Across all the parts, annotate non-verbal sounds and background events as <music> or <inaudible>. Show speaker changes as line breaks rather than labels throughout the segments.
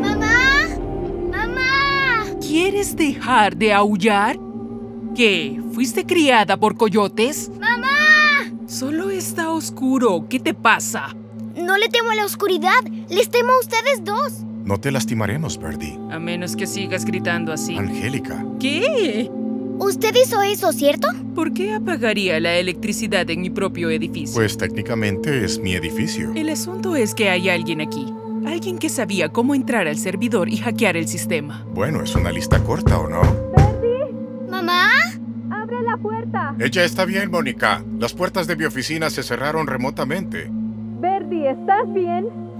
¡Mamá! ¡Mamá!
¿Quieres dejar de aullar? ¿Qué? ¿Fuiste criada por coyotes?
¡Mamá!
Solo está oscuro. ¿Qué te pasa?
No le temo a la oscuridad, les temo a ustedes dos.
No te lastimaremos, Birdie.
A menos que sigas gritando así.
Angélica.
¿Qué?
Usted hizo eso, ¿cierto?
¿Por qué apagaría la electricidad en mi propio edificio?
Pues técnicamente es mi edificio.
El asunto es que hay alguien aquí. Alguien que sabía cómo entrar al servidor y hackear el sistema.
Bueno, es una lista corta, ¿o no?
¿Mamá?
Ella está bien, Mónica. Las puertas de mi oficina se cerraron remotamente.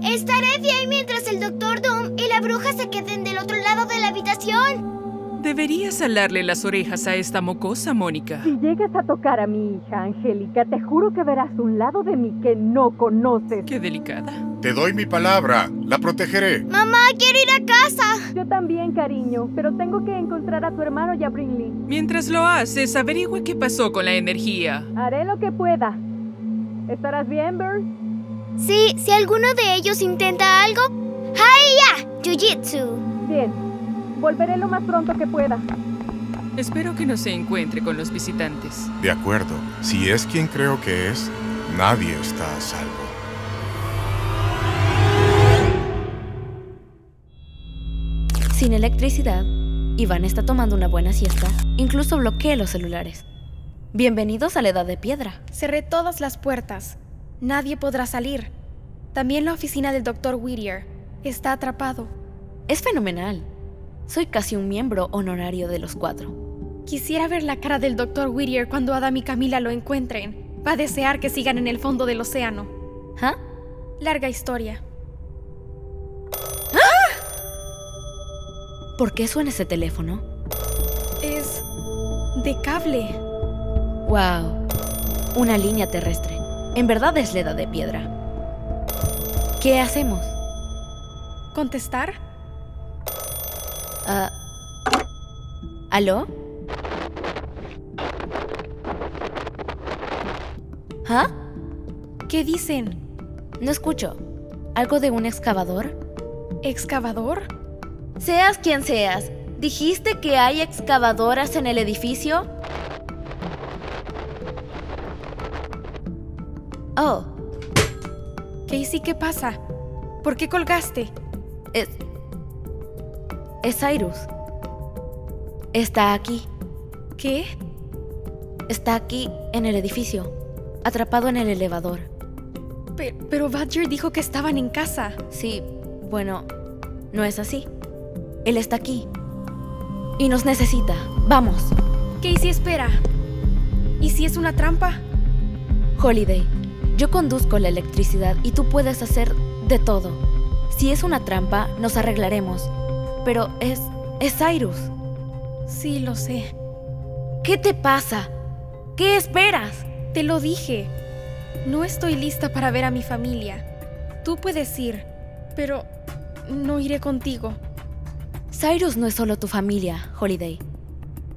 Estaré de ahí mientras el Doctor Doom y la bruja se queden del otro lado de la habitación.
Deberías alarle las orejas a esta mocosa, Mónica.
Si llegas a tocar a mi hija, Angélica, te juro que verás un lado de mí que no conoces.
Qué delicada.
Te doy mi palabra. La protegeré.
Mamá, quiero ir a casa.
Yo también, cariño, pero tengo que encontrar a tu hermano y a Brinley.
Mientras lo haces, averigua qué pasó con la energía.
Haré lo que pueda. ¿Estarás bien, Bird?
Sí, si alguno de ellos intenta algo, ¡Haya! Jiu-Jitsu.
Bien. Volveré lo más pronto que pueda.
Espero que no se encuentre con los visitantes.
De acuerdo. Si es quien creo que es, nadie está a salvo.
Sin electricidad, Iván está tomando una buena siesta. Incluso bloqueé los celulares. Bienvenidos a la edad de piedra.
Cerré todas las puertas. Nadie podrá salir. También la oficina del Dr. Whittier está atrapado.
Es fenomenal. Soy casi un miembro honorario de los cuatro.
Quisiera ver la cara del Dr. Whittier cuando Adam y Camila lo encuentren. Va a desear que sigan en el fondo del océano.
¿Ah?
Larga historia.
¿Por qué suena ese teléfono?
Es... de cable.
¡Wow! Una línea terrestre. En verdad es la edad de piedra. ¿Qué hacemos?
¿Contestar?
Ah, ¿Aló? ¿Ah?
¿Qué dicen?
No escucho. ¿Algo de un excavador?
¿Excavador?
Seas quien seas, ¿dijiste que hay excavadoras en el edificio? Oh,
Casey, ¿qué pasa? ¿Por qué colgaste?
es... Es Cyrus. Está aquí.
¿Qué?
Está aquí, en el edificio. Atrapado en el elevador.
Pe- pero Badger dijo que estaban en casa.
Sí, bueno, no es así. Él está aquí. Y nos necesita. Vamos.
Casey, espera. ¿Y si es una trampa?
Holiday, yo conduzco la electricidad y tú puedes hacer de todo. Si es una trampa, nos arreglaremos. Pero es... es Cyrus.
Sí, lo sé.
¿Qué te pasa? ¿Qué esperas?
Te lo dije. No estoy lista para ver a mi familia. Tú puedes ir, pero no iré contigo.
Cyrus no es solo tu familia, Holiday.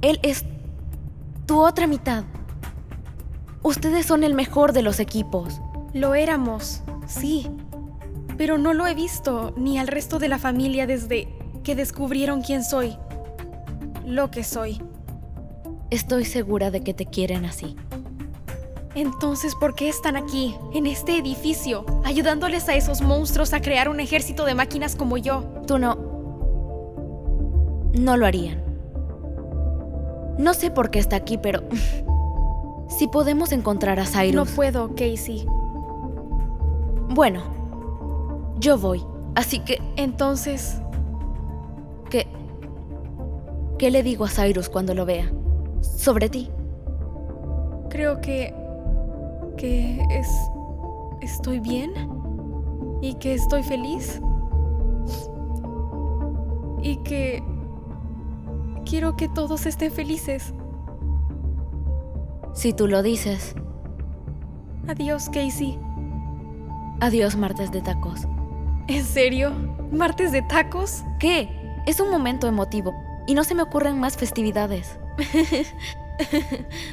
Él es tu otra mitad. Ustedes son el mejor de los equipos.
Lo éramos, sí. Pero no lo he visto ni al resto de la familia desde que descubrieron quién soy. Lo que soy.
Estoy segura de que te quieren así.
Entonces, ¿por qué están aquí, en este edificio, ayudándoles a esos monstruos a crear un ejército de máquinas como yo?
Tú no... No lo harían. No sé por qué está aquí, pero... <laughs> si podemos encontrar a Cyrus...
No puedo, Casey.
Bueno, yo voy. Así que...
Entonces,
¿Qué? ¿Qué le digo a Cyrus cuando lo vea? Sobre ti.
creo que... que es... estoy bien. Y que estoy feliz. Y que... quiero que todos estén felices.
Si tú lo dices.
Adiós, Casey.
Adiós, martes de tacos.
¿En serio? ¿Martes de tacos?
¿Qué? Es un momento emotivo y no se me ocurren más
<laughs>
festividades.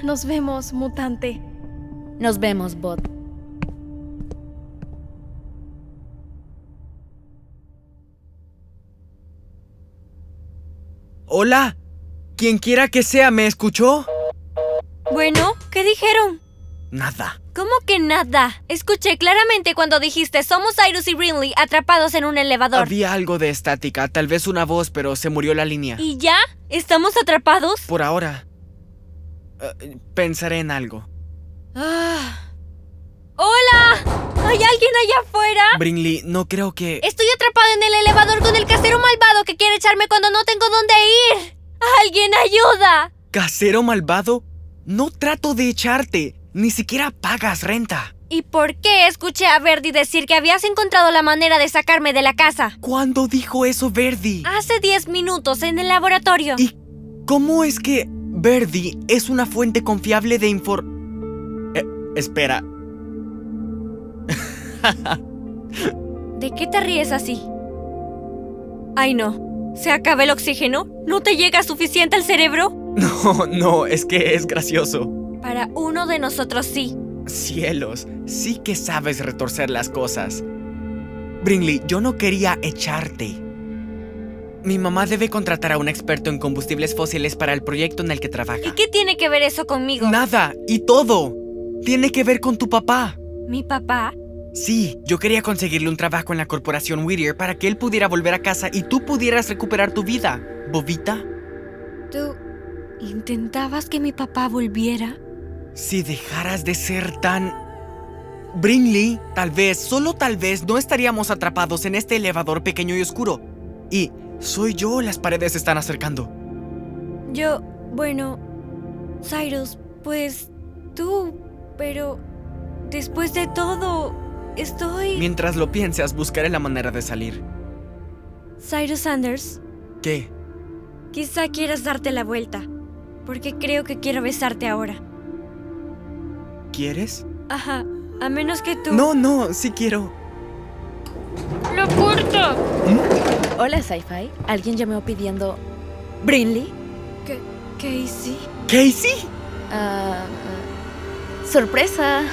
Nos vemos, mutante.
Nos vemos, Bot.
Hola. Quien quiera que sea, ¿me escuchó?
Bueno, ¿qué dijeron?
Nada.
¿Cómo que nada? Escuché claramente cuando dijiste somos Cyrus y Rinley atrapados en un elevador.
Había algo de estática, tal vez una voz, pero se murió la línea.
¿Y ya? ¿Estamos atrapados?
Por ahora. eh, pensaré en algo.
Ah. ¡Hola! ¿Hay alguien allá afuera?
Brinley, no creo que...
Estoy atrapado en el elevador con el casero malvado que quiere echarme cuando no tengo dónde ir. ¡Alguien ayuda!
¿Casero malvado? No trato de echarte. Ni siquiera pagas renta.
¿Y por qué escuché a Verdi decir que habías encontrado la manera de sacarme de la casa?
¿Cuándo dijo eso Verdi?
Hace 10 minutos en el laboratorio.
¿Y cómo es que Verdi es una fuente confiable de infor... Eh, espera. <laughs>
¿De qué te ríes así? Ay, no. ¿Se acaba el oxígeno? ¿No te llega suficiente al cerebro?
No, no, es que es gracioso.
Para uno de nosotros sí.
Cielos, sí que sabes retorcer las cosas. Brinley, yo no quería echarte. Mi mamá debe contratar a un experto en combustibles fósiles para el proyecto en el que trabaja.
¿Y qué tiene que ver eso conmigo?
Nada, y todo. Tiene que ver con tu papá.
Mi papá.
Sí, yo quería conseguirle un trabajo en la corporación Whittier para que él pudiera volver a casa y tú pudieras recuperar tu vida, Bobita.
¿Tú intentabas que mi papá volviera?
Si dejaras de ser tan... Brinley, tal vez, solo tal vez, no estaríamos atrapados en este elevador pequeño y oscuro. Y soy yo, las paredes se están acercando.
Yo, bueno, Cyrus, pues tú, pero después de todo, estoy...
Mientras lo piensas, buscaré la manera de salir.
Cyrus Sanders,
¿Qué?
quizá quieras darte la vuelta, porque creo que quiero besarte ahora.
¿Quieres?
Ajá, a menos que tú...
No, no, sí quiero.
¡Lo corto!
Hola, Sci-Fi. Alguien llamó pidiendo... ¿Brinley?
Casey.
¿Casey?
Ah, ah, sorpresa.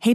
Hey,